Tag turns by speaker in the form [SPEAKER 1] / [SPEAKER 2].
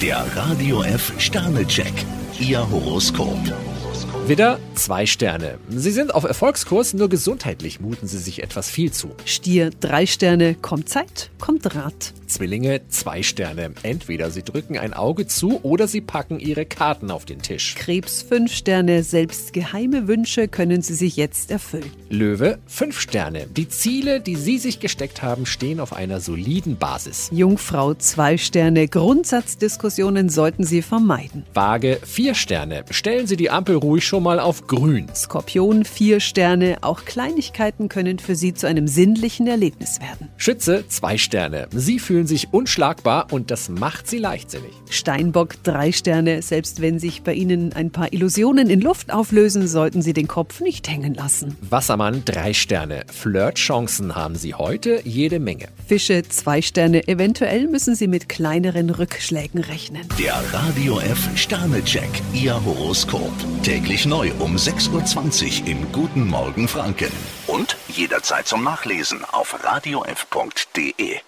[SPEAKER 1] Der Radio F Sternecheck, Ihr Horoskop.
[SPEAKER 2] Widder, zwei Sterne. Sie sind auf Erfolgskurs, nur gesundheitlich muten sie sich etwas viel zu.
[SPEAKER 3] Stier, drei Sterne, kommt Zeit, kommt Rat.
[SPEAKER 2] Zwillinge, zwei Sterne. Entweder sie drücken ein Auge zu oder sie packen ihre Karten auf den Tisch.
[SPEAKER 3] Krebs, fünf Sterne, selbst geheime Wünsche können Sie sich jetzt erfüllen.
[SPEAKER 2] Löwe, fünf Sterne. Die Ziele, die sie sich gesteckt haben, stehen auf einer soliden Basis.
[SPEAKER 3] Jungfrau, zwei Sterne, Grundsatzdiskussionen sollten Sie vermeiden.
[SPEAKER 2] Waage, vier Sterne. Stellen Sie die Ampel ruhig schon mal auf grün.
[SPEAKER 3] Skorpion, vier Sterne, auch Kleinigkeiten können für Sie zu einem sinnlichen Erlebnis werden.
[SPEAKER 2] Schütze, zwei Sterne. Sie fühlen sich unschlagbar und das macht sie leichtsinnig.
[SPEAKER 3] Steinbock, drei Sterne, selbst wenn sich bei Ihnen ein paar Illusionen in Luft auflösen, sollten Sie den Kopf nicht hängen lassen.
[SPEAKER 2] Wassermann, drei Sterne. Flirtchancen haben sie heute jede Menge.
[SPEAKER 3] Fische, zwei Sterne, eventuell müssen Sie mit kleineren Rückschlägen rechnen.
[SPEAKER 1] Der Radio F Sternecheck, Ihr Horoskop. Täglich neu um 6.20 Uhr im Guten Morgen Franken. Und jederzeit zum Nachlesen auf radiof.de.